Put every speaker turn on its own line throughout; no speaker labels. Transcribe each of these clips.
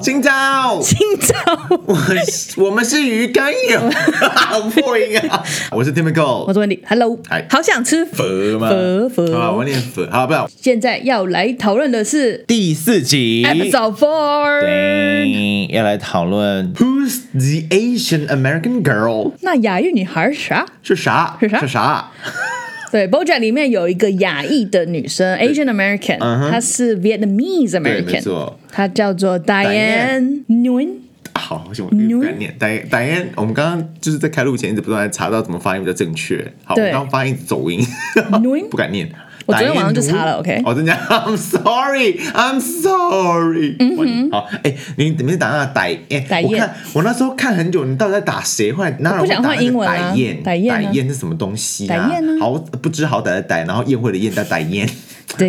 今朝，
今朝，
我我们是鱼干友， 好破音 啊！我是 t i m i c o
我是温迪，Hello，
嗨
好想吃
粉吗？
粉
好吧，我
粉。
念粉，好不要
现在要来讨论的是
第四集，
episode four，
对，要来讨论。
Who's the Asian American girl？
那亚裔女孩是啥？
是啥？
是啥
是啥？
对，BoJack 里面有一个亚裔的女生，Asian American，
嗯哼
她是 Vietnamese
对，没
American，
错。
她叫做 Diane
Diane
Nguyen。
好，我不敢念。打
嗯
打烟，我们刚刚就是在开录前一直不断在查到怎么发音比较正确。好，我
对
们刚刚发音一直走音哦
Nguyen
不敢念。
我昨天晚上就
打烟
查了，OK
哦，真的，I'm sorry，I'm sorry。嗯好，哎，你你们打那打烟
打，烟
我看我那时候看很久，你到底在打谁？后来哪有
我不
人
想
会打那
换
个
英文啊
打烟，
打烟啊
打烟是什么东西啊？
打烟啊
好不知好歹的歹，然后宴会的宴叫打烟。
对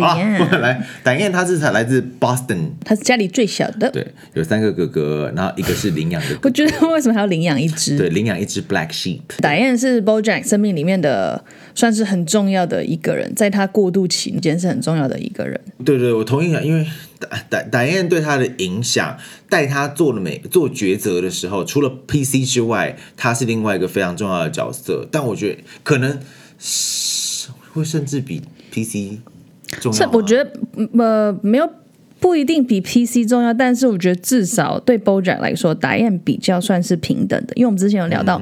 好
呀
我们来打烟，他是来自 Boston，
她是家里最小的，
对，有三个哥哥，然后一个是领养的哥哥
我觉得为什么还要领养一只？
对，领养一只 black sheep。
Diane 是 BoJack 生命里面的算是很重要的一个人，在他过渡期间是很重要的一个人。
对对，我同意啊，因为打打打燕对他的影响，带他做了每做抉择的时候，除了 PC 之外，他是另外一个非常重要的角色。但我觉得可能是会甚至比 PC 重
这
要吗。
我觉得嗯呃没有不一定比 PC 重要，但是我觉得至少对 BoJack 来说，Diane 比较算是平等的，因为我们之前有聊到、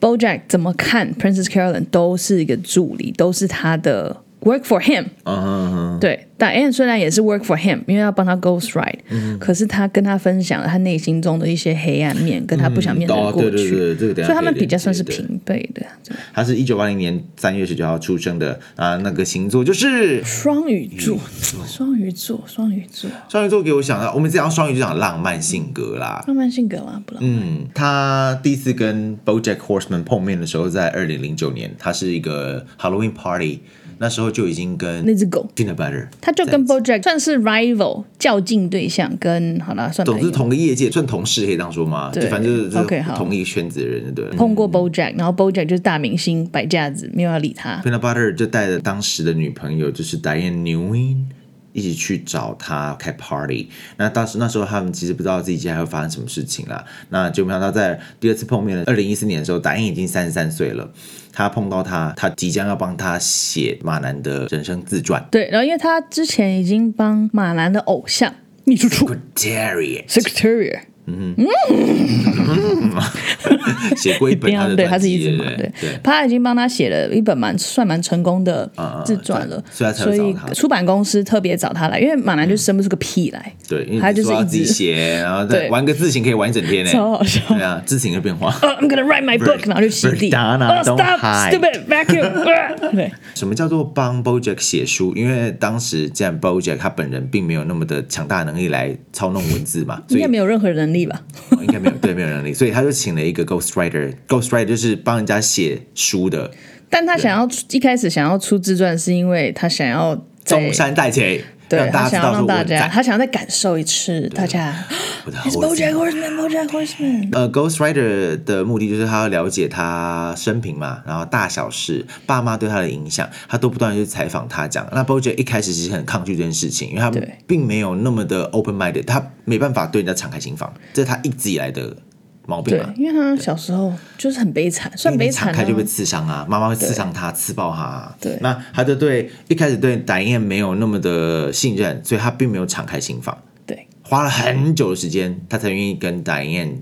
BoJack
嗯
怎么看 Princess Carolyn 都是一个助理，都是他的 work for him。
嗯哼哼
对，Diane 虽然也是 work for him，因为要帮他 ghost ride，、可
嗯
是他跟他分享了他内心中的一些黑暗面，跟他不想面
嗯
对
哦
的过
对对
去，
对这个等一下
所以他们
可以
比
连
较
接
算是
对
平辈的。对
他是一九八零年三月十九号出生的啊，那个星座就是
双鱼座，
嗯
双鱼座，双鱼座，
双鱼座，给我想到我们之前讲双鱼就讲浪漫性格啦，
浪漫性格吗？不浪漫。
嗯，他第一次跟 BoJack Horseman 碰面的时候，在二零零九年，他是一个 Halloween party，那时候就已经跟
那只狗，
Tina Butter，
他就跟 BoJack 算是 rival 较劲对象，跟好啦，算
总
朋
之
友。
同个业界，算同事可以这样说吗？
对
就反正就是
OK，好
同一个圈子的人，对了。
碰过 BoJack，然后 BoJack 就是大明星摆架子，没有要理他。
Peanut Butter 就带着当时的女朋友，就是 Diane Newing。一起去找他开 party，那当时那时候他们其实不知道自己家还会发生什么事情啦。那就没想到在第二次碰面的二零一四年的时候，达英已经三十三岁了，他碰到他，他即将要帮他写马南的人生自传。
对，然后因为他之前已经帮马兰的偶像秘书处
Terry
Secretary
写过一
一
本
定
他
要
的
对，
专
他是一
辑
直
对
嘛
不，
对
对，对，
他已经帮他写了一本蛮算蛮成功的
啊
自传了，
所以他才
所
会
以
找他
出版公司特别找他来，因为马兰就生不出个屁来，
对，因为
他
你
就是
说要
一
自己
直
写，然后再
对
玩个字形可以玩一整天呢、
超好笑
对啊，字形的变化。
呃 I'm gonna write my book，然后就洗地
Verdana，
哦
don't
stop
hide
stupid vacuum，对，
什么叫做帮 BoJack 写书？因为当时既然 BoJack 他本人并没有那么的强大能力来操弄文字嘛， 所
应
以哦
该没有任何能力吧？
应该没有对没有能力，所以他就请了一个 ghostwriter。ghostwriter 就是帮人家写书的，
但他想要一开始想要出自传，是因为他想要在
中山大姐
对
让
他
大家
想
知道
要
说
让大
我
家，
在。
他想要再感受一次大家。
我的
It's
猴子
BoJack Horseman，BoJack Horseman。
呃，ghostwriter 的目的就是他要了解他生平嘛，然后大小事、爸妈对他的影响，他都不断地去采访他讲。那 BoJack 一开始其实很抗拒这件事情，因为他
对
并没有那么的 open minded，他没办法对人家敞开心房，这是他一直以来的毛病
对
啊，。
因为他小时候就是很悲惨，算悲
敞
惨啊
开就被刺伤啊，妈妈会刺伤他，刺爆他、啊。
对
那他就对一开始对达燕没有那么的信任，所以他并没有敞开心房。
对，
花了很久的时间，他才愿意跟 Diane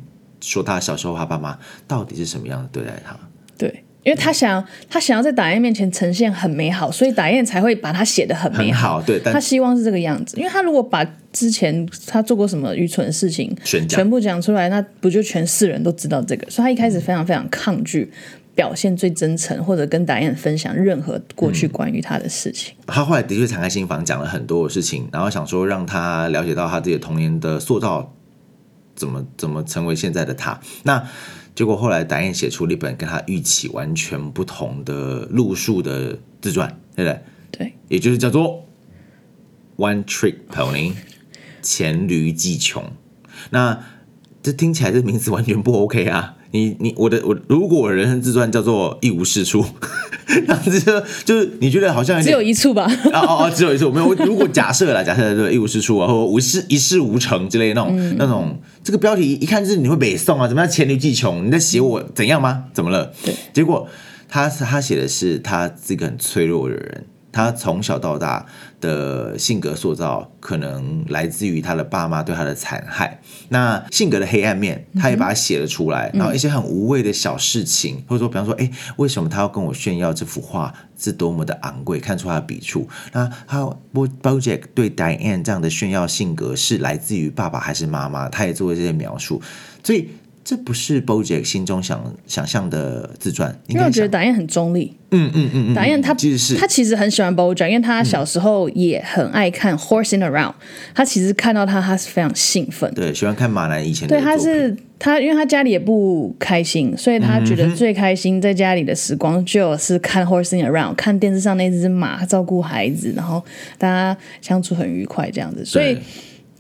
说他小时候他爸妈到底是什么样的对待他。
对，因为他想他想要在打燕面前呈现很美好，所以打燕才会把他写的很美好。
很好对但
他希望是这个样子，因为他如果把之前他做过什么愚蠢的事情
全讲
全部讲出来，那不就全世人都知道这个？所以他一开始非常非常抗拒。表现最真诚，或者跟打燕分享任何过去关于他的事情。
他后来的确敞开心房，讲了很多的事情，然后想说让他了解到他自己的童年的塑造，怎么怎么成为现在的他。那结果后来达燕写出了一本跟他预期完全不同的路数的自传，对不对？
对，
也就是叫做 One Trick Pony，黔驴技穷。那这听起来这名字 完全不 OK 啊！你你我的我，如果我人生自传叫做一无是处， 那这就就是你觉得好像有
只
点
有一 处吧。
啊哦哦，只有一次，我没有。我如果假设啦，假设对一无是处啊，或无事一事无成之类的那种、那种，这个标题一看就是你会北宋啊，怎么样黔驴技穷？你在写我怎样吗？怎么了？
对，
结果他他写的是他是一个很脆弱的人，他从小到大的性格塑造可能来自于他的爸妈对他的残害，那性格的黑暗面
嗯
他也把它写了出来，然后一些很无谓的小事情，或者说比方说，哎，为什么他要跟我炫耀这幅画是多么的昂贵，看出他的笔触？那他 Bo Bojack 对 Diane 这样的炫耀性格是来自于爸爸还是妈妈？他也做了这些描述，所以。这不是 BoJack 心中想想象的自传，应
因为我
该
觉得
想
达燕很中立，
嗯嗯嗯嗯，
达燕他
其实是
他其实很喜欢 BoJack，因为他小时候也很爱看《Horse in Around》，他其实看到他他是非常兴奋的。
对喜欢看马兰以前的
对，他
作品
是他，因为他家里也不开心，所以他觉
嗯
得最开心在家里的时光就是看《Horse in Around》，看电视上那只马照顾孩子，然后大家相处很愉快这样子。所以
对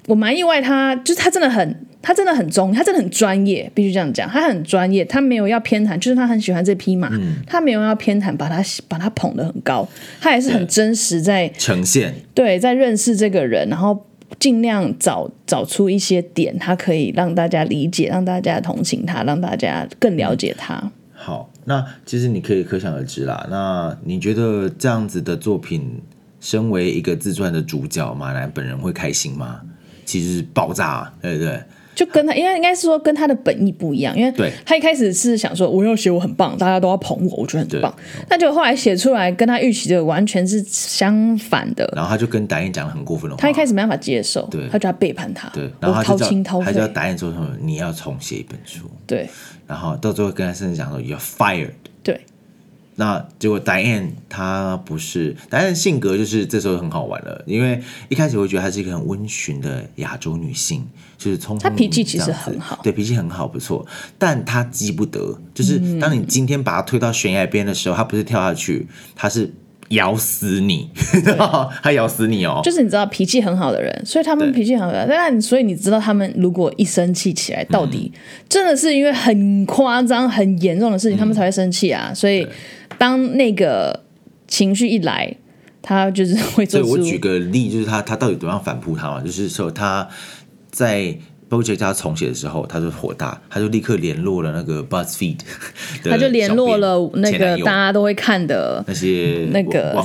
我蛮意外他，就是他真的很，他真的很中，他真的很专业，必须这样讲，他很专业，他没有要偏袒，就是他很喜欢这匹马，
嗯
他没有要偏袒，把他把他捧得很高，他也是很真实在
呈现
对，在认识这个人，然后尽量找找出一些点，他可以让大家理解，让大家同情他，让大家更了解
嗯
他。
好，那其实你可以可想而知啦。那你觉得这样子的作品，身为一个自传的主角马兰本人会开心吗？其实是爆炸、啊，对不对？
就跟他，因为应该是说跟他的本意不一样，因
对
为他一开始是想说我要写我很棒，大家都要捧我，我觉得很棒。那就后来写出来跟他预期的完全是相反的，
然后他就跟达燕讲了很过分的话，
他一开始没办法接受，
啊对
他就要背叛他，
对，然后
我
他
掏
就叫
心掏
他
肺
就，叫达燕说什么你要重写一本书，
对
然后到最后跟他甚至讲说 you're fired。
对，
那结果 Diane 她不是 Diane 性格就是这时候很好玩了，因为一开始我会觉得她是一个很温驯的亚洲女性，就是聪聪
她脾气
明明这样
其实
子
很好
对脾气很好不错，但她记不得，就是当你今天把她推到悬崖边的时候，她不是跳下去，她是咬死你， 她咬死你哦，
就是你知道脾气很好的人，所以他们
对
脾气很好的人，但所以你知道他们如果一生气起来，到底真的是因为很夸张、很严重的事情，他们才会生气啊。所以当那个情绪一来，他就是会
所
做
以我
出
举个例，就是他他到底怎么样反扑他嘛？就是说他在 BoJack 家重写的时候，他就火大，他就立刻联络了那个 BuzzFeed，的
他就联络了
小编
那
前
个
男友
大家都会看的
那些
那个
网络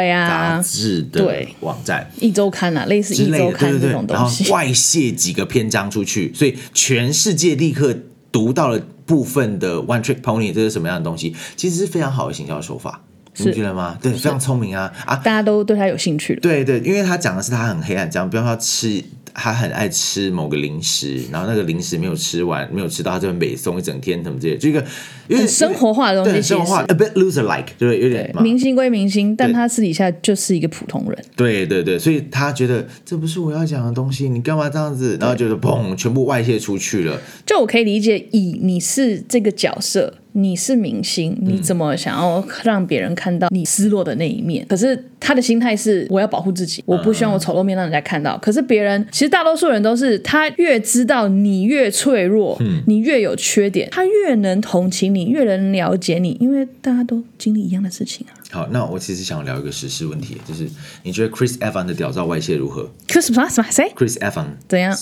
tabloid 啊
杂志的
对
网站。
一周刊啊，类似
之
一
类的，
周
对
刊
对
这
对
种，
然
东
后
西。
外泄几个篇章出去，所以全世界立刻读到了部分的 One Trick Pony 这是什么样的东西？其实是非常好的行销手法，你
是
觉得吗？对，非常聪明啊啊！
大家都对他有兴趣了。
对对，因为他讲的是他很黑暗，讲比方说他吃，他很爱吃某个零食，然后那个零食没有吃完，没有吃到，他就很美松一整天什么之类的，就一个有点
很生活化的
对
东西
很
其
生活
实
化
是，
，a bit loser like，就是有点
对
嘛
明星归明星，但
对
他私底下就是一个普通人。
对对对，所以他觉得这不是我要讲的东西，你干嘛这样子？然后觉得砰，全部外泄出去了，
就我可以理解，以你是这个角色，你是明星，你怎么想要让别人看到你失落的那一面？可是他的心态是，我要保护自己，我不希望我丑陋面让人家看到。可是别人，其实大多数人都是，他越知道你越脆弱，你越有缺点，他越能同情你，越能了解你，因为大家都经历一样的事情啊。
好，那我其实想聊一个时事问题，就是你觉得 Chris Evans 的屌照外泄如何
Chris 什么什么谁？
？Chris Evans
怎样？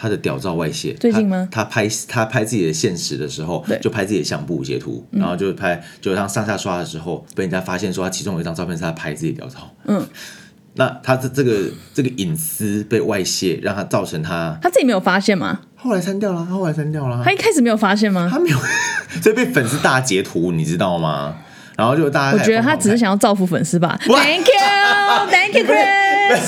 他的屌照外泄，
最近吗
他他拍他拍自己的现实的时候
对，嗯
就拍自己的相簿截图，然后就拍，就当上下刷的时候，被人家发现说他其中有一张照片是他拍自己的屌照，嗯，那他这这个这个隐私被外泄，让他造成他
他自己没有发现吗？
后来删掉了，他后来删掉了，
他一开始没有发现吗？
他没有，所以被粉丝大截图，你知道吗？然后就大家
我觉得他只是
想。
想要造福粉丝吧。
哇
Thank you, thank you, Chris。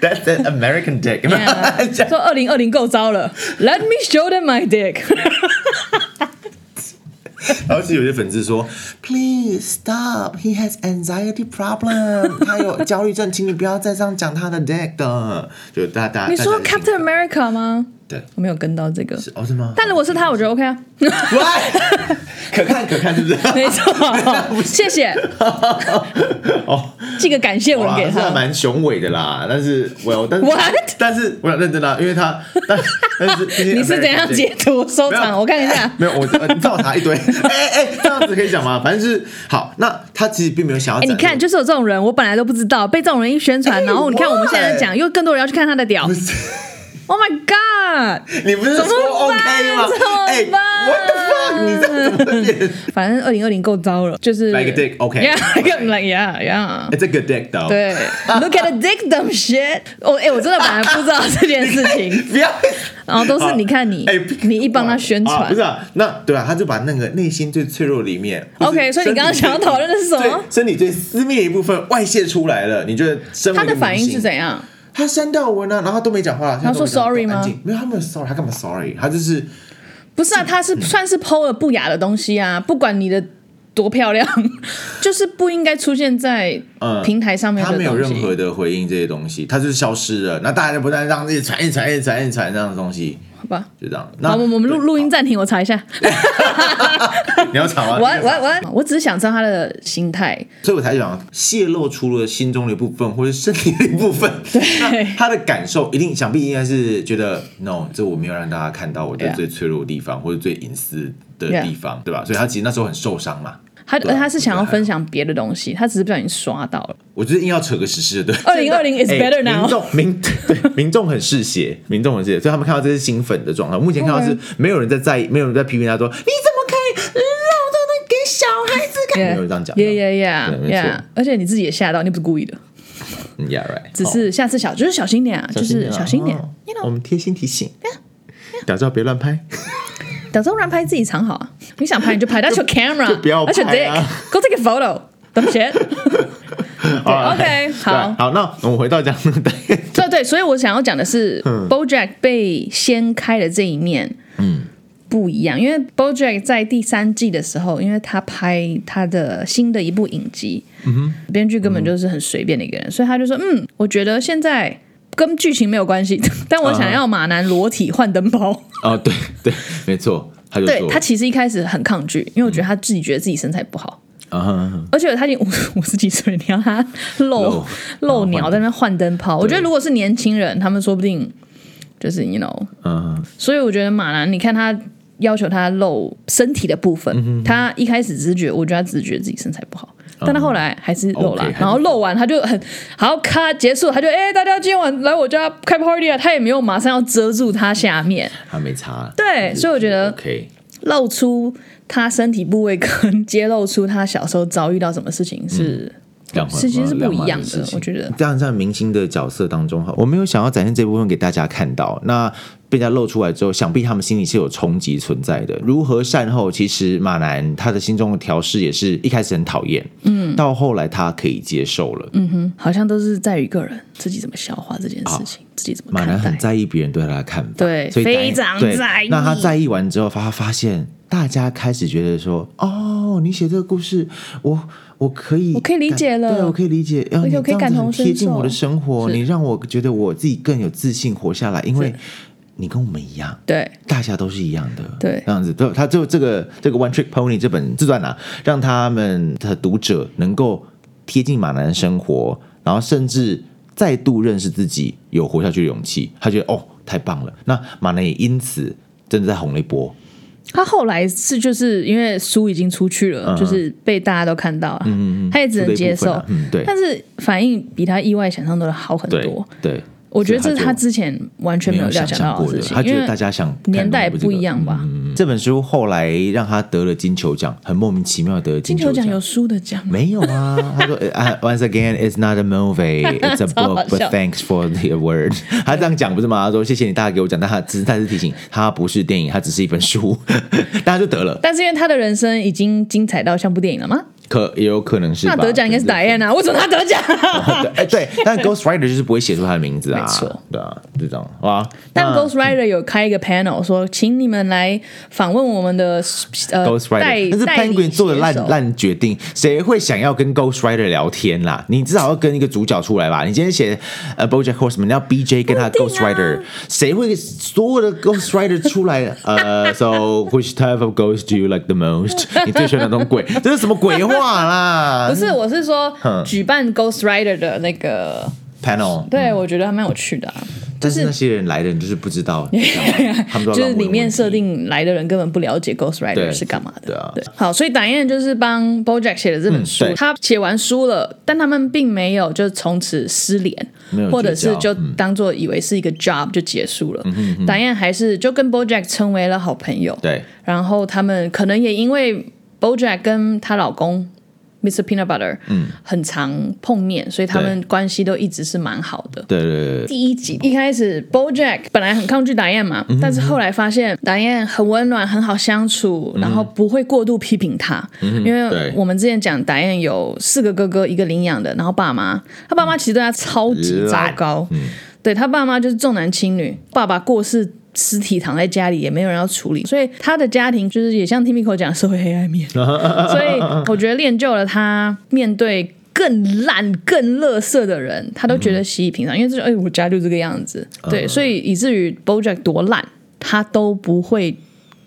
That's an American dick，
说二零二零够糟了，Let me show them my dick 。
然后是有些粉丝说，Please stop, he has anxiety problem，他 有焦虑症，请你不要再这样讲他的 dick 的。就大家大家
你说
大家
Captain America 吗？
对，
我没有跟到这个。
哦，是吗？
但如果是他，我觉得 OK 啊，
喂，可看可看，是不是？
没错，谢谢，
哦，
寄个感谢
好
文
啦
给
是还
他。
蛮雄伟的啦，但是我但是
What？
但是我认真的啊，因为他但但是
你是怎样解读收
没
藏？
有
我看 一下。
没有，我呃你倒查 一堆，哎哎，这样子可以讲吗？反正就是好，那他其实并没有想要
哎、
展露，
你看，就是有这种人，我本来都不知道，被这种人一宣传，
哎
然后你看我们现在
why？
讲，又更多人要去看他的屌。
不是
Oh my god！
你不是
怎
说
么办
OK 吗
怎么？
哎
办
，What the fuck？你这样怎么 变？
反正二零二零够糟了，就是。
Like a dick, okay.
Yeah, like yeah, yeah.
哎，这个 dick 的，
对，，Look at the dick, dumb shit！我哎、我真的本来不知道这件事情，
不要。
然后都是你看你，
哎，
你一帮他宣传、
啊不是啊？那对啊，他就把那个内心最脆弱的一面或是
OK，所以你刚刚想要讨论的是什么
身体最对身体最私密的一部分外泄出来了，你觉得身为
他
一个
的反应
明星
是怎样？
他删掉文啊，然后他都没讲话了。
他说
现在都没
sorry
讲话
吗
安静没有，他没有 sorry，他干嘛 sorry？他就是
不是啊，他
嗯
是算是剖了不雅的东西啊，不管你的多漂亮， 就是不应该出现在
嗯
平台上面的
他没
东西。
有任何的回应这些东西，他就是消失了。那大家就不断让这些传、一直传、一直传、一直传这样的东西，
好吧。
就这样。那
好，我们我们录
对啊
录音暂停，我查一下。
你要查吗？
我我我，我只是想知道他的心态。
所以我才想泄露出了心中的一部分，或者身体的一部 分。那他的感受一定想必应该是觉得，no，这我没有让大家看到我的
Yeah
最脆弱的地方，或者最隐私的地方，对吧？所以他其实那时候很受伤嘛。
他
对啊
他是想要
我觉得还好
分享别的东西，他只是不小心刷到了。
我就是硬要扯个时事的。
2020 is
哎
better
民
now。
众民对民众很嗜血，民众很嗜血，所以他们看到这是兴奋的状态。我目前看到是没有人在在意，没有人在批评他说你怎么可以让这东西给小孩子看，没有人这样讲。
耶耶耶
对没错
耶！而且你自己也吓到，你不是故意的，
嗯，Yeah right。
只是下次小就是小心点啊，就是小心一点
哦。我们贴心提醒，屌照别乱拍，
到时候乱拍自己藏好啊，你想拍你就拍，That's your camera，
就不要
That's your
拍啊
dick，Go take a photo。等些，
好
OK，
对
好
好，那我们回到讲那个
对对，所以我想要讲的是，BoJack 被掀开的这一面，嗯，不一样。因为 BoJack 在第三季的时候，因为他拍他的新的一部影集，嗯编剧根本就是很随便的一个人，所以他就说，嗯，我觉得现在跟剧情没有关系， 但我想要马男裸体换灯泡。
哦，对对，没错，他就
对
做
他其实一开始很抗拒，因为我觉得他自己觉得自己身材不好。
啊哈啊哈
而且他已经五五十几岁，你让他露
露哦
露鸟在那边换灯泡，我觉得如果是年轻人，他们说不定就是 you know，
嗯哼
所以我觉得马兰，你看他要求他露身体的部
嗯
分，他一开始只是觉得，我觉得他只是觉得自己身材不好。但他后来还是露了
哦 OK，还是
然后露完他就很好，咔结束，他就哎、大家今晚来我家开 party 啊，他也没有马上要遮住他下面，
他没差，
对，所以我觉得
OK，
露出他身体部位跟 揭露出他小时候遭遇到什么事情
嗯
是，
两
是呃其实是不一样的
事，情
我觉得。
这样在明星的角色当中哈，我没有想要展现这部分给大家看到。那被人家露出来之后，想必他们心里是有冲击存在的。如何善后，其实马南他的心中的调试也是一开始很讨厌，嗯，到后来他可以接受了。嗯，
嗯，好像都是在于个人自己怎么消化这件事情，自己怎么
马
看
南
待
很。在意别人对他的看法，
对
所以
非常
对
在意
那他在意完之后，他发现大家开始觉得说，哦，你写这个故事，我。我可以感，
我可以理解了
对，我可以理解，呃，
而
你
且
这
我可以
样子
感同
很
身
贴近
受
我的生活，
是
你让我觉得我自己更有自信活下来，因为
是
你跟我们一样，
对，
大家都是一样的，
对
这样子，对，他就这个这个《One Trick Pony》这本自传啊，让他们的读者能够贴近马男生活，然后甚至再度认识自己，有活下去的勇气。他觉得哦，太棒了。那马男也因此真的在红了一波，
他后来是就是因为书已经出去了，就是被大家都看到了，
嗯
他也只能接
出
受。
了一部分啊嗯，对，
但是反应比他意外想象中的好很
对
多，
对，
我觉得这是
所
他
以就
之前完全没有料
想
想
象
到的
过
事
的，
情，
他觉
因
得
为
大家想看
年代
的这
不
个
一样吧。
嗯这本书后来让他得了金球奖，很莫名其妙地得了金
金
球
球
奖
奖。有书的奖吗？
没有 啊，他说呃啊，Once again, it's not a movie, it's a
超好
book, but
笑
thanks for the award。他 这样讲不是吗？他说谢谢你大家给我讲，但他只是再次提醒，他不是 电影，他只是一本书，大家就得了。
但是因为他的人生已经精彩到像部电影了吗？
可也有可能是吧。
那得奖应该是
对不对
Diane 啊，为什么他得 奖、
对，哎对，但 Ghost Rider 就是不会写出他的名字啊，
没错，
对啊，就这样，哇，
但
那
Ghost Rider 有开一个 panel 说，请你们来访问我们的呃
Ghost
代
Rider，但是
代理
Penguin 做的烂
写手
烂决定，谁会想要跟 Ghost Rider 聊天啦？你至少要跟一个主角出来吧？你今天写呃 BoJack Horseman，你要 BJ 跟他的
不一
Ghost
定啊
Rider，谁会所有的 Ghost Rider 出来？呃 ，So which type of ghost do you like the most？你最喜欢哪种鬼？这是什么鬼话啦
不是，我是说
哼嗯
举办 Ghost Rider 的那个，
？Panel，
对我觉得还蛮有趣的、啊，
但是那些人来的你就是不知道，你知道吗 他们都要
就是
乱问
里面
问题
设定来的人根本不了解 Ghost
对
Rider 是干嘛的。
对啊
对，好，所以 Diane 就是帮 BoJack 写的这本书，
嗯对
他写完书了，但他们并没有就从此失联
没有，嗯
或者
绝
是
交
就当做以为是一个 job 就结束
嗯
了。Diane 还是就跟 BoJack 成为了好朋友。
对。
然后他们可能也因为 BoJack 跟她老公 Mr. Peanut Butter 嗯很常碰面，所以他们关系都一直是蛮好的。
对对对对，
第一集一开始，BoJack 本来很抗拒 Diane 嘛，但是后来发现 Diane 很温暖，很好相处，然后不会过度批评他，因为
对
我们之前讲 Diane 有四个哥哥，一个领养的，然后爸妈，他爸妈其实对他超级糟糕，对他爸妈就是重男轻女，爸爸过世。尸体躺在家里也没有人要处理，所以他的家庭就是也像 Timiko 讲社会黑暗面，所以我觉得练就了他面对更烂、更垃圾的人，他都觉得习以平常，因为这就哎、我家就这个样子，
嗯
对，所以以至于 BoJack 多烂，他都不会。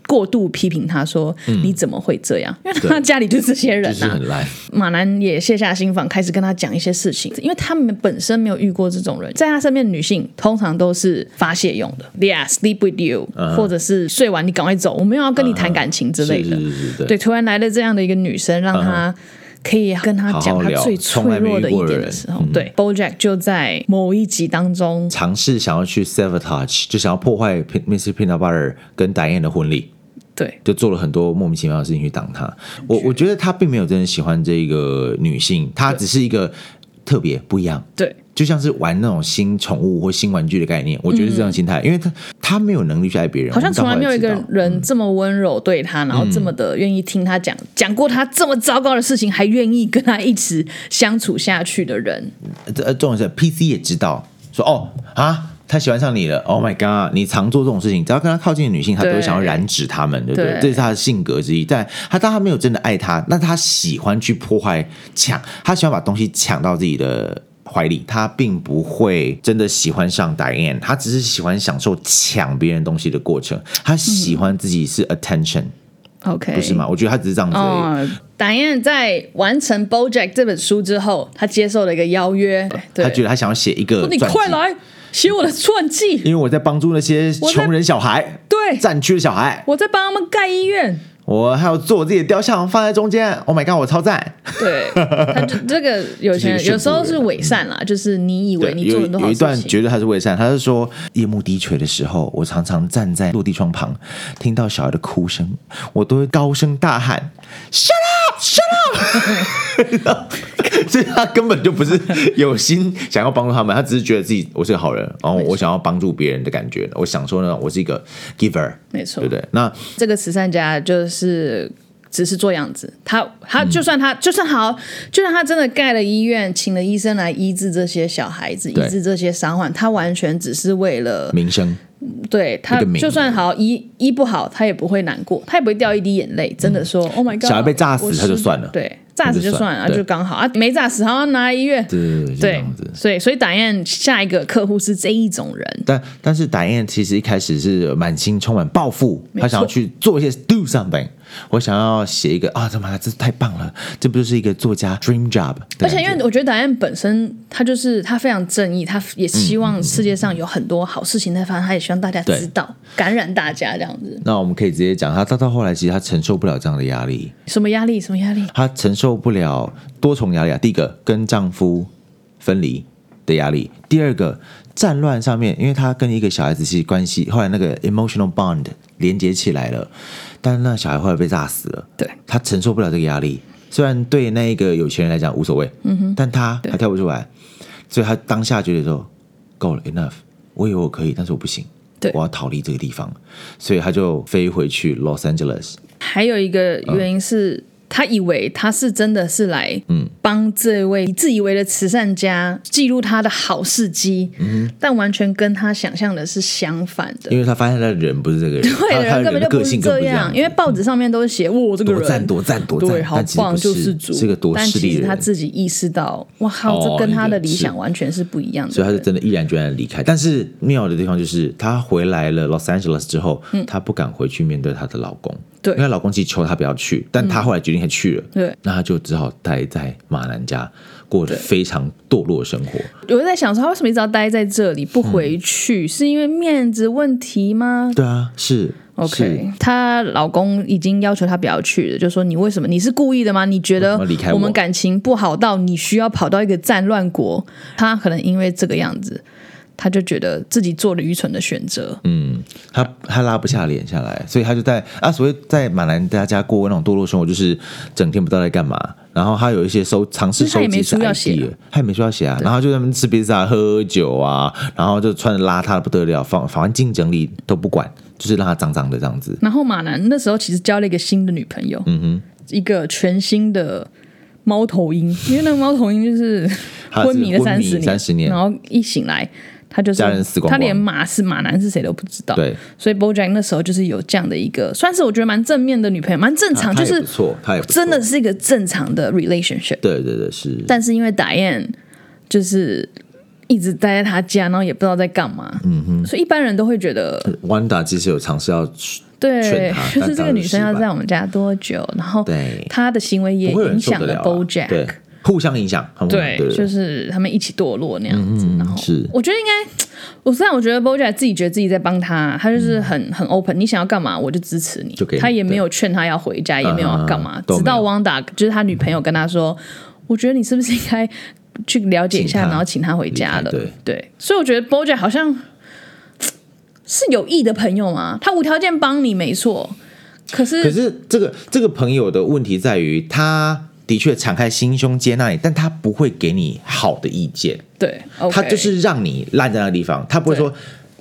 过度批评他说：“你怎么会这样？”因为他家里就这些人
嗯就是
啊。
很烂。
马南也卸下心防，开始跟他讲一些事情，因为他们本身没有遇过这种人，在他身边的女性通常都是发泄用的，Yeah, sleep with you，、或者是睡完你赶快走，我没有要跟你谈感情之类的。
嗯是是是是，
对，突然来了这样的一个女生，让她可以跟她
嗯好
讲
好
她
聊
最脆
从来没
弱的
遇
一
过
点的
人嗯
时候，对，BoJack 就在某一集当中，
尝试想要去 sabotage，就想要破坏 Pin- Mr. Peanut Butter 跟 Diane 的婚礼，
对，
就做了很多莫名其妙的事情去挡他。我我觉得他并没有真的喜欢这个女性，她只是一个特别不一样。
对，
就像是玩那种新宠物或新玩具的概念，我觉得是这样的心态，因为他他没有能力去爱别人，
好像
我们到
从来没有一
后
个
知道
人这么温柔对她，然后这么的愿意听她讲讲过她这么糟糕的事情，还愿意跟她一起相处下去的人。
这呃重点是 PC 也知道说哦啊。他喜欢上你了，Oh my god！你常做这种事情，只要跟他靠近的女性，他都会
对
想要染指他们，对不对？
对
这是他的性格之一。但他当他没有真的爱他，那他喜欢去破坏、抢，他喜欢把东西抢到自己的怀里，他并不会真的喜欢上 Diane，他只是喜欢享受抢别人东西的过程，他喜欢自己是 attention，、
OK，
不是吗？我觉得他只是这样子而已。
嗯哦，达燕在完成《BoJack》这本书之后，她接受了一个邀约，对，
他觉得他想要写一个
说你
传记
快来写我的传记，
因为我在帮助那些
我在
穷人小孩，
对
战区的小孩，
我在帮他们盖医院。
我还有做我自己的雕像放在中间。Oh my god，我超赞！
对，他就这个有钱人
这是一个
有时候
炫富
是伪善啦，就是你以为你
有
做很多好
有一
事
段
情，
绝对他是伪善，他是说夜幕低垂的时候，我常常站在落地窗旁，听到小孩的哭声，我都会高声大喊 “Shut up, shut up”，所以他根本就不是有心想要帮助他们，他只是觉得自己我是个好人，然后我想要帮助别人的感觉，我想说呢，我是一个 giver，
没错
对不。对？那
这个慈善家就是只是做样子，他他就算他、就算好，就算他真的盖了医院，请了医生来医治这些小孩子，
对
医治这些伤患，他完全只是为了
名声。
对他
一个名
就算好医医不好，他也不会难过，他也不会掉一滴眼泪。真的说、o h my God，
嗯小孩被炸死
我是
他就算了
对，炸死就算了，
对
就刚好啊，没炸死，好像拿来医院。
对对，就这
对
样子，。
所以所以打燕下一个客户是这一种人，
但但是达燕其实一开始是满心充满抱负，
没错
他想要去做一些 do something。我想要写一个啊，他妈的这太棒了，这不就是一个作家 dream job？的
而且
感
因
觉
为我觉得达燕本身他就是他非常正义，他也希望世界上有很多好事情在发生，他也希望大家
对
知道，感染大家这样子。
那我们可以直接讲，他到到后来其实他承受不了这样的压力，
什么压力？什么压力？
她承受不了多重压力啊。第一个，跟丈夫分离的压力；第二个，战乱上面，因为她跟一个小孩子其实关系，后来那个 emotional bond 连接起来了，但那小孩后来被炸死了，
对
她承受不了这个压力。虽然对那个有钱人来讲无所谓，嗯哼，但她还跳不出来，所以她当下觉得说够了，enough，我以为我可以，但是我不行。
对
我要逃离这个地方，所以她就飞回去 Los Angeles。嗯
还有一个原因是，他以为他是真的是来帮这位自以为的慈善家记录他的好事迹，
嗯
但完全跟他想象的是相反的。
因为他发现他的人不是这个人，
对
他他
人根本
的
就
个
是
性更
这
不嗯
样，因为报纸上面都是写我这个
多
人
赞多赞多赞，
对，好
但其实
棒，
不
就是
是
主。
是个多
但
势
其
利
实
的
他
人，
自己意识到，哇靠，
哦
这跟他的理
一
想
个
完全是不一样的人。
所以他就真的毅然决然地离开。但是妙的地方就是，她回来了 Los Angeles 之后，她不敢回去面对她的老公，
嗯对嗯
因为她老公其实求她不要去，但她后来决定还去了，
对
那她就只好待在马兰家，过着非常堕落的生活。
我就在想说，他为什么一直要待在这里不回
嗯
去？是因为面子问题吗
对啊，是是
？OK，她老公已经要求她不要去了，就说你为什么？你是故意的吗？你觉得
为什么离开我
我们感情不好到你需要跑到一个战乱国？她可能因为这个样子，她就觉得自己做了愚蠢的选择。
他他拉不下脸下来，所以他就在啊，所谓在马兰大家过那种堕落生活，就是整天不知道在干嘛。然后他有一些收尝试
其实他
收
也
集
没
一些
书要写
idea，他也没说要写啊，然后就在那边吃披萨、喝酒啊，然后就穿的邋遢的不得了，房环境整理都不管，就是让他脏脏的这样子。
然后马南那时候其实交了一个新的女朋友，嗯哼，一个全新的猫头鹰，因为那个猫头鹰就是
他是
昏迷了
昏
三
迷
十年，
30年
然后一醒来。他就是
家人死光光
他连马是马男是谁都不知道，
对，
所以 BoJack 那时候就是有这样的一个，算是我觉得蛮正面的女朋友，蛮正常，
啊他
就
也
是
不错，他也不错
真的是一个正常的 relationship。
对对对是。
但是因为 Diane 就是一直待在他家，然后也不知道在干嘛，嗯哼，所以一般人都会觉得
Wanda 其实有尝试要
对
劝他，
就
但当
是这个
然
女生
失
要
败
在我们家多久，然后
对
她的行为也
不会有人
影
受
响
得
了
了啊，对
BoJack。，
互相影响，很
对，
对
就
对
是他们一起堕落那样子。然后
是
我觉得应该，我虽然我觉得 BoJack 自己觉得自己在帮他，他就是很、很 open，你想要干嘛我就支持你，
嗯就给你
他也没有劝他要回家，也没有要干嘛
嗯，都没有
直到 Wanda 就是他女朋友跟他说，我觉得你是不是应该去了解一下，
请他
然后请他回家
离
了。
开对
所以我觉得 BoJack 好像是有意的朋友嘛，他无条件帮你没错，可是
可是这个这个朋友的问题在于，他的确敞开心胸接纳你，但他不会给你好的意见，
对，OK
他就是让你烂在那个地方，他不会说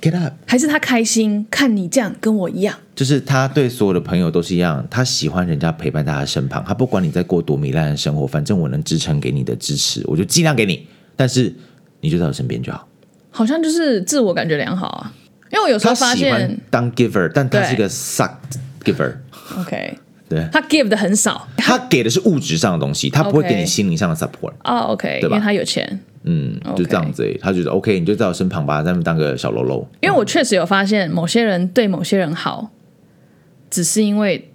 get up。
还是他开心，看你这样跟我一样。
就是他对所有的朋友都是一样，他喜欢人家陪伴在他身旁，他不管你在过多糜烂的生活，反正我能支撑给你的支持，我就尽量给你，但是你就在我身边就好。
好像就是自我感觉良好啊。因为我有时
他
候发
喜欢
现
当 giver，但他
对
是一个 suck giver，
，OK，
对
他 give 的很少
他给的是物质上的东西，他不会给
OK
你心灵上的 support。
哦，OK，
对
因
吧
为他有钱。
嗯，就这样子而已。他觉得 OK，你就在我身旁吧，在那边当个小喽啰。
因为我确实有发现，某些人对某些人好，只是因为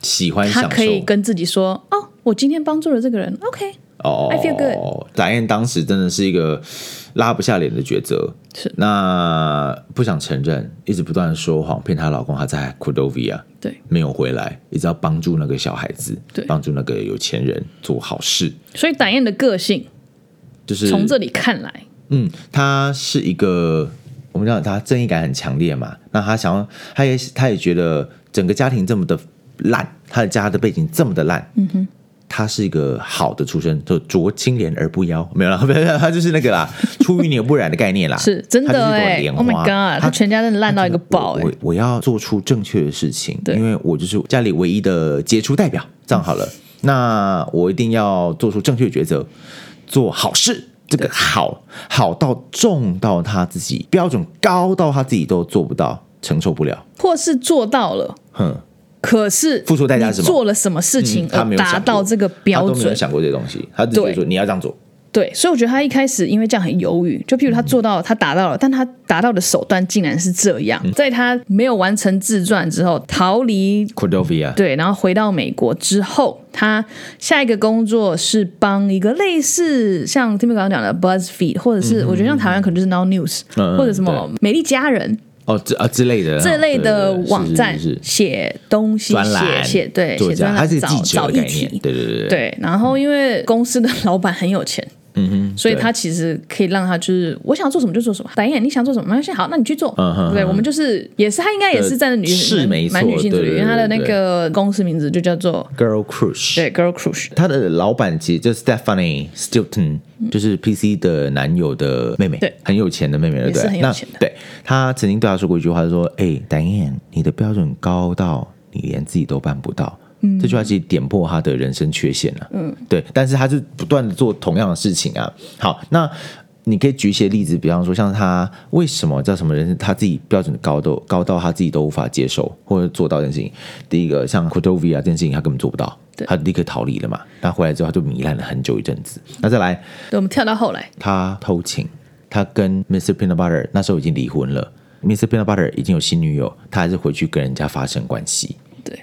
喜欢享
他
受。
可以跟自己说：“哦，我今天帮助了这个人，OK，
哦
I feel good
展燕当时真的是一个拉不下脸的抉择，
是
那不想承认，一直不断的说谎骗她老公，她在 Cordovia
对。
没有回来，一直要帮助那个小孩子
对，
帮助那个有钱人做好事，”
所以胆燕的个性，
就是
从这里看来，
嗯，他是一个，我们讲他正义感很强烈嘛，那他想要，他也他也觉得整个家庭这么的烂，他的家的背景这么的烂，嗯哼。他是一个好的出身，就濯清涟而不妖，没有啦，没 有啦，他就是那个啦，出淤泥而不染的概念啦，
是真
他就
的
是一朵
哎、
莲
o h my
花
god，他
他
全家真的烂到一个爆哎、
我我我要做出正确的事情，
对
因为我就是家里唯一的杰出代表，这样好 了。那我一定要做出正确的抉择，做好事。这个好好到重到他自己标准高到他自己都做不到，承受不了。
或是做到了，
哼，
可是
付出代价是什么
你做了什么事情
嗯他
而
没有想
达
过
到这个
他
标
都没有
准？
想过这些东西，他只觉得说你要这样做。
对，所以我觉得他一开始因为这样很犹豫，就譬如他做到了，他达到了，但他达到的手段竟然是这样。
嗯
在他没有完成自传之后，逃离
Cordovia，
对，然后回到美国之后，他下一个工作是帮一个类似像 Timmy 刚刚讲的 BuzzFeed，或者是我觉得像台湾可能就是 Now News，、
嗯嗯
或者什么美丽佳人
哦，这啊之类的
这类
啊
的
对对对
网站
是是是
写东西，
专
写
栏
写对
作
写
家，
专
他
栏
是
找
记者
找
的
议
概念
题，，
对对对对，
对，然后因为公司的老板很有钱，嗯哼，所以他其实可以让他就是我想做什么就做什么。导演，你想做什么？没关系，好，那你去做。
嗯哼
对，我们就是也是他应该也是站在女
是没错
蛮女性主义，
对对对
因为他的那个公司名字就叫做
Girl Crush，
对 Girl Crush。
他的老板其实就是 Stephanie Stilton，、就是 PC 的男友的妹妹，
对
很有钱的妹妹，对不
也是
对？
很有钱
那
的
对，他曾经对他说过一句话，就说：“哎、d a n 你的标准高到你连自己都办不到，这句话其实点破他的人生缺陷了、嗯，对，但是他就不断的做同样的事情啊。好，那你可以举一些例子，比方说像他为什么叫什么人生，他自己标准高都高到他自己都无法接受或者做到这件事情。第一个像 Cordovia 这件事情，他根本做不到
对，
他立刻逃离了嘛。那回来之后，他就糜烂了很久一阵子。那再来，
对，我们跳到后来，
他偷情，他跟 Mr. Peanut Butter 那时候已经离婚了，Mr. Peanut Butter 已经有新女友，他还是回去跟人家发生关系。
对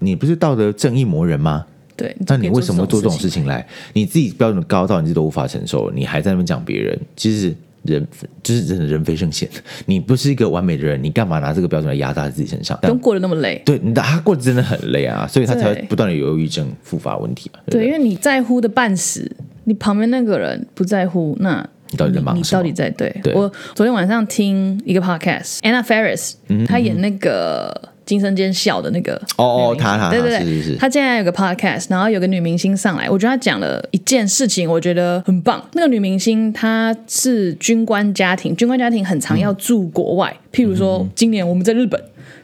你不是道德正义魔人吗？
对，
那
就可
你
以
为什么
做
做这种
事
事？情来？你自己标准高到你自己都无法承受，你还在那边讲别人，其实人就是真的人非圣贤。 你不是一个完美的人，你干嘛拿这个标准来压榨在自己身上？
不用过得那么累。
对，你的他过得真的很累啊，所以他才会
对
不断的有忧郁症复发问题嘛。啊对不对
对，因为你在乎的半死，你旁边那个人不在乎，那
你到底在忙
你
什么
到底在对
对
我昨天晚上听一个 podcast，Anna Faris，、她
嗯
演那个。惊声尖笑的那个
哦哦
女明
她
星
她
对
她
对对，
是是是
她现在有个 podcast，然后有个女明星上来，我觉得她讲了一件事情，我觉得很棒。那个女明星她是军官家庭，军官家庭很常要住国外，
嗯
譬如说今年我们在日本，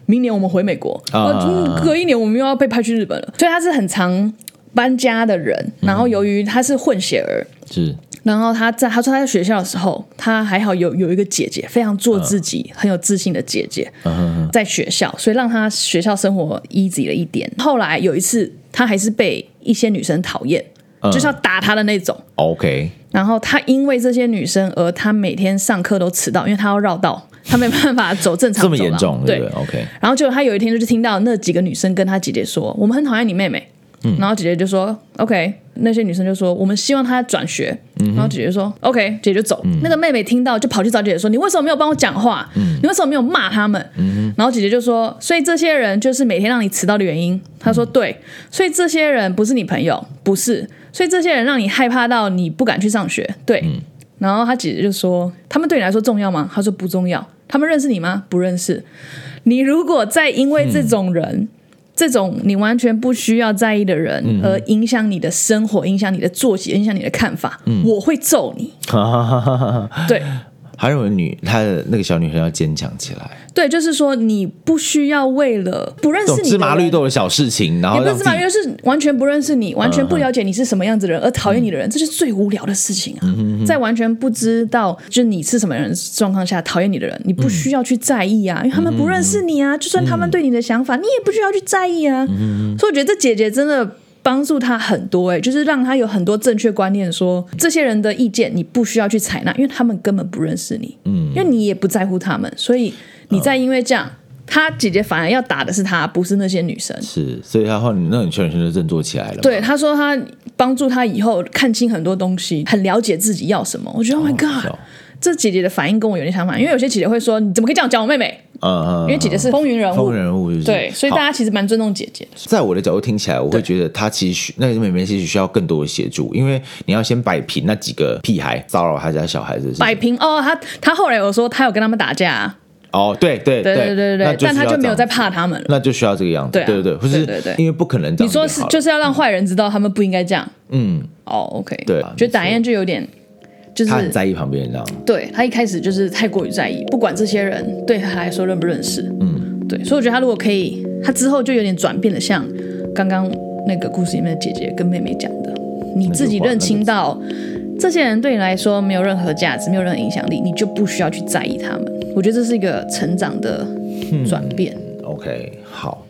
明年我们回美国，
啊
呃，隔一年我们又要被派去日本了，所以她是很常搬家的人。然后由于她是混血儿，
是
然后他在他说他在学校的时候，他还好有有一个姐姐，非常做自己、很有自信的姐姐，
嗯
在学校，所以让他学校生活 easy 了一点。后来有一次，他还是被一些女生讨厌，
嗯
就是要打他的那种。
OK，
然后他因为这些女生而他每天上课都迟到，因为他要绕道，他没办法走正常
这
走
么
廊。
严重，对
对
不对？OK，
然后就他有一天就是听到那几个女生跟他姐姐说：“我们很讨厌你妹妹。”然后姐姐就说：“OK。”那些女生就说：“我们希望她转学。然后姐姐说：“OK。”姐姐就走。那个妹妹听到就跑去找姐姐说：“你为什么没有帮我讲话？你为什么没有骂他们？”然后姐姐就说：“所以这些人就是每天让你迟到的原因。”她说：“对，所以这些人不是你朋友，不是，所以这些人让你害怕到你不敢去上学。”对。然后她姐姐就说：“他们对你来说重要吗？”她说：“不重要。”他们认识你吗？不认识。你如果再因为这种人，
嗯
这种你完全不需要在意的人，而影响你的生活，影响你的作息，影响你的看法，
嗯
我会揍你。对
他认为女他的那个小女生要坚强起来，
对，就是说你不需要为了不认
这
识
种
你
芝
的
麻绿
人。
豆的小事情，然后
也不是
让自
芝麻
己嗯
绿豆，就是完全不认识你，完全不了解你是什么样子的人，而讨厌你的人，这是最无聊的事情啊！
嗯
在完全不知道就是你是什么人的状况下讨厌你的人，你不需要去在意
嗯
啊，因为他们不认识你啊，就算他们对你的想法，你也不需要去在意啊。
嗯
所以我觉得这姐姐真的。帮助她很多哎、欸就是让她有很多正确观念说这些人的意见你不需要去采纳，因为他们根本不认识你，嗯，因为你也不在乎他们，所以
嗯
你再因为这样，她姐姐反而要打的是她，不是那些女生。
是，所以他后来那个小女生就振作起来了嘛。
对，他说他帮助他以后看清很多东西，很了解自己要什么。我觉得 Oh my
是
God，、
哦
这姐姐的反应跟我有点相反，因为有些姐姐会说你怎么可以这样讲我妹妹？
嗯嗯，
因为姐姐是风云人物，
风云人物就是
对，所以大
好
家其实蛮尊重姐姐的。
在我的角度听起来，我会觉得她其实需那个妹妹其实需要更多的协助，因为你要先摆平那几个屁孩骚扰她家小孩子的事情。
摆平哦，他他后来有说他有跟他们打架啊，
哦，对对
对
对
对对
那
对，
就
但他
需要
就没有
这
在
样子，
怕他们了。
那就需要这个样子，
对啊
对对，不是
对对对
因为不可能这样
你
子就好
说
了。
是就是要让坏人知道他们不应该这样
嗯，
哦，OK，
对
觉得打燕就有点就
她很
是
在意旁边这样。
对他一开始就是太过于在意，不管这些人对他来说认不认识，嗯，对，所以我觉得他如果可以，他之后就有点转变的，像刚刚那个故事里面的姐姐跟妹妹讲的，你自己认清到这些人对你来说没有任何价值，没有任何影响力，你就不需要去在意他们。我觉得这是一个成长的转变。
OK，好。